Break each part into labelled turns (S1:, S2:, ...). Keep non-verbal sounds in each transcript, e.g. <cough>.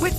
S1: With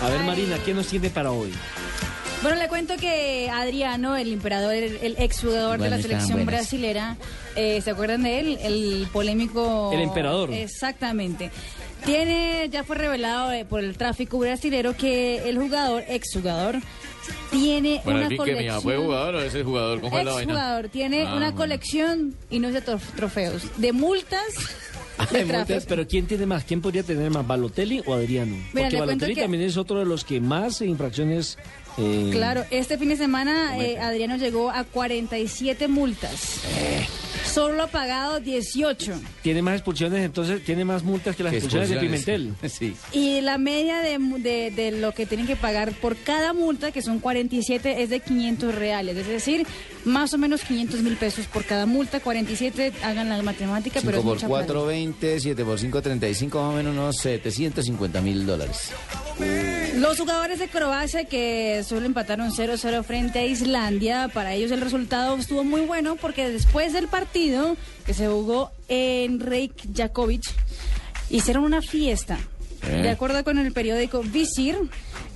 S2: A ver, Marina, ¿qué nos tiene para <laughs> hoy?
S3: Bueno, le cuento que Adriano, el emperador, el, el ex jugador de
S2: Bueno,
S3: la
S2: estaban
S3: selección
S2: buenas.
S3: brasilera, eh, ¿se acuerdan de él? El polémico...
S2: El emperador.
S3: Exactamente. Tiene, ya fue revelado eh, por el tráfico brasilero que el jugador, ex jugador, tiene
S4: Bueno,
S3: una
S4: el fin que mi
S3: colección...
S4: papá fue jugador o ese jugador, ¿cómo fue la
S3: Ex
S4: vaina?
S3: jugador, tiene
S4: Ah,
S3: una
S4: bueno.
S3: colección, y no es de trof- trofeos, de multas
S4: <laughs>
S3: de tráfico.
S2: Pero ¿quién tiene más? ¿Quién podría tener más, Balotelli o Adriano? Porque
S3: le cuento
S2: Balotelli
S3: que-
S2: también es otro de los que más infracciones. eh,
S3: Claro, este fin de semana eh, Adriano llegó a 47 multas. Solo ha pagado 18.
S2: Tiene más expulsiones, entonces tiene más multas que las
S4: Que
S2: expulsiones, de
S4: expulsiones. <laughs>
S2: Pimentel.
S4: Sí.
S3: Y la media de, mu- de- de lo que tienen que pagar por cada multa, que son 47, es de 500 reales. Es decir, más o menos 500 mil pesos por cada multa. 47, hagan la matemática, pero
S5: 5
S3: es
S5: por
S3: mucha
S5: 4,
S3: plata.
S5: 20, 7 por 5, 35, más o menos unos 750 mil dólares.
S3: Los jugadores de Croacia que solo empataron 0-0 frente a Islandia, para ellos el resultado estuvo muy bueno porque después del partido que se jugó en Reykjavik, hicieron una fiesta.
S5: Eh.
S3: De acuerdo con el periódico Visir,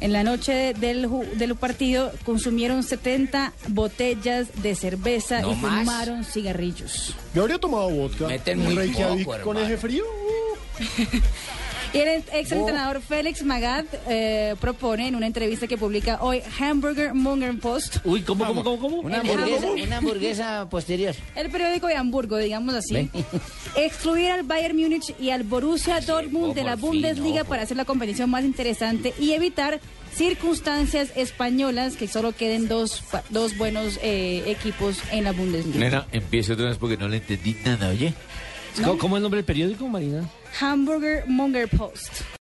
S3: en la noche del, ju- del partido consumieron 70 botellas de cerveza
S5: No
S3: y
S5: más.
S3: fumaron cigarrillos.
S6: Yo habría tomado vodka.
S5: Meten
S6: Un
S5: muy
S6: Reykjavik
S5: poco,
S6: con
S5: hermano.
S6: eje frío. uh.
S3: Y el
S5: Oh.
S3: ex entrenador Félix Magath eh, propone en una entrevista que publica hoy Hamburger Monger Post
S2: Uy, ¿cómo, cómo, cómo, cómo?
S5: Una
S3: El
S5: hamburguesa,
S3: jamón.
S5: una hamburguesa posterior.
S3: El periódico de Hamburgo, digamos así.
S5: Ve.
S3: Excluir al Bayern Múnich y al Borussia Dortmund de la
S5: por fin,
S3: Bundesliga
S5: ojo.
S3: para hacer la competición más interesante y evitar circunstancias españolas que solo queden dos, pa- dos buenos eh, equipos en la Bundesliga.
S4: Nena, empiece otra vez porque no le entendí nada, oye.
S2: ¿Cómo, cómo es el nombre del periódico, Marina?
S3: Hamburger Monger Post.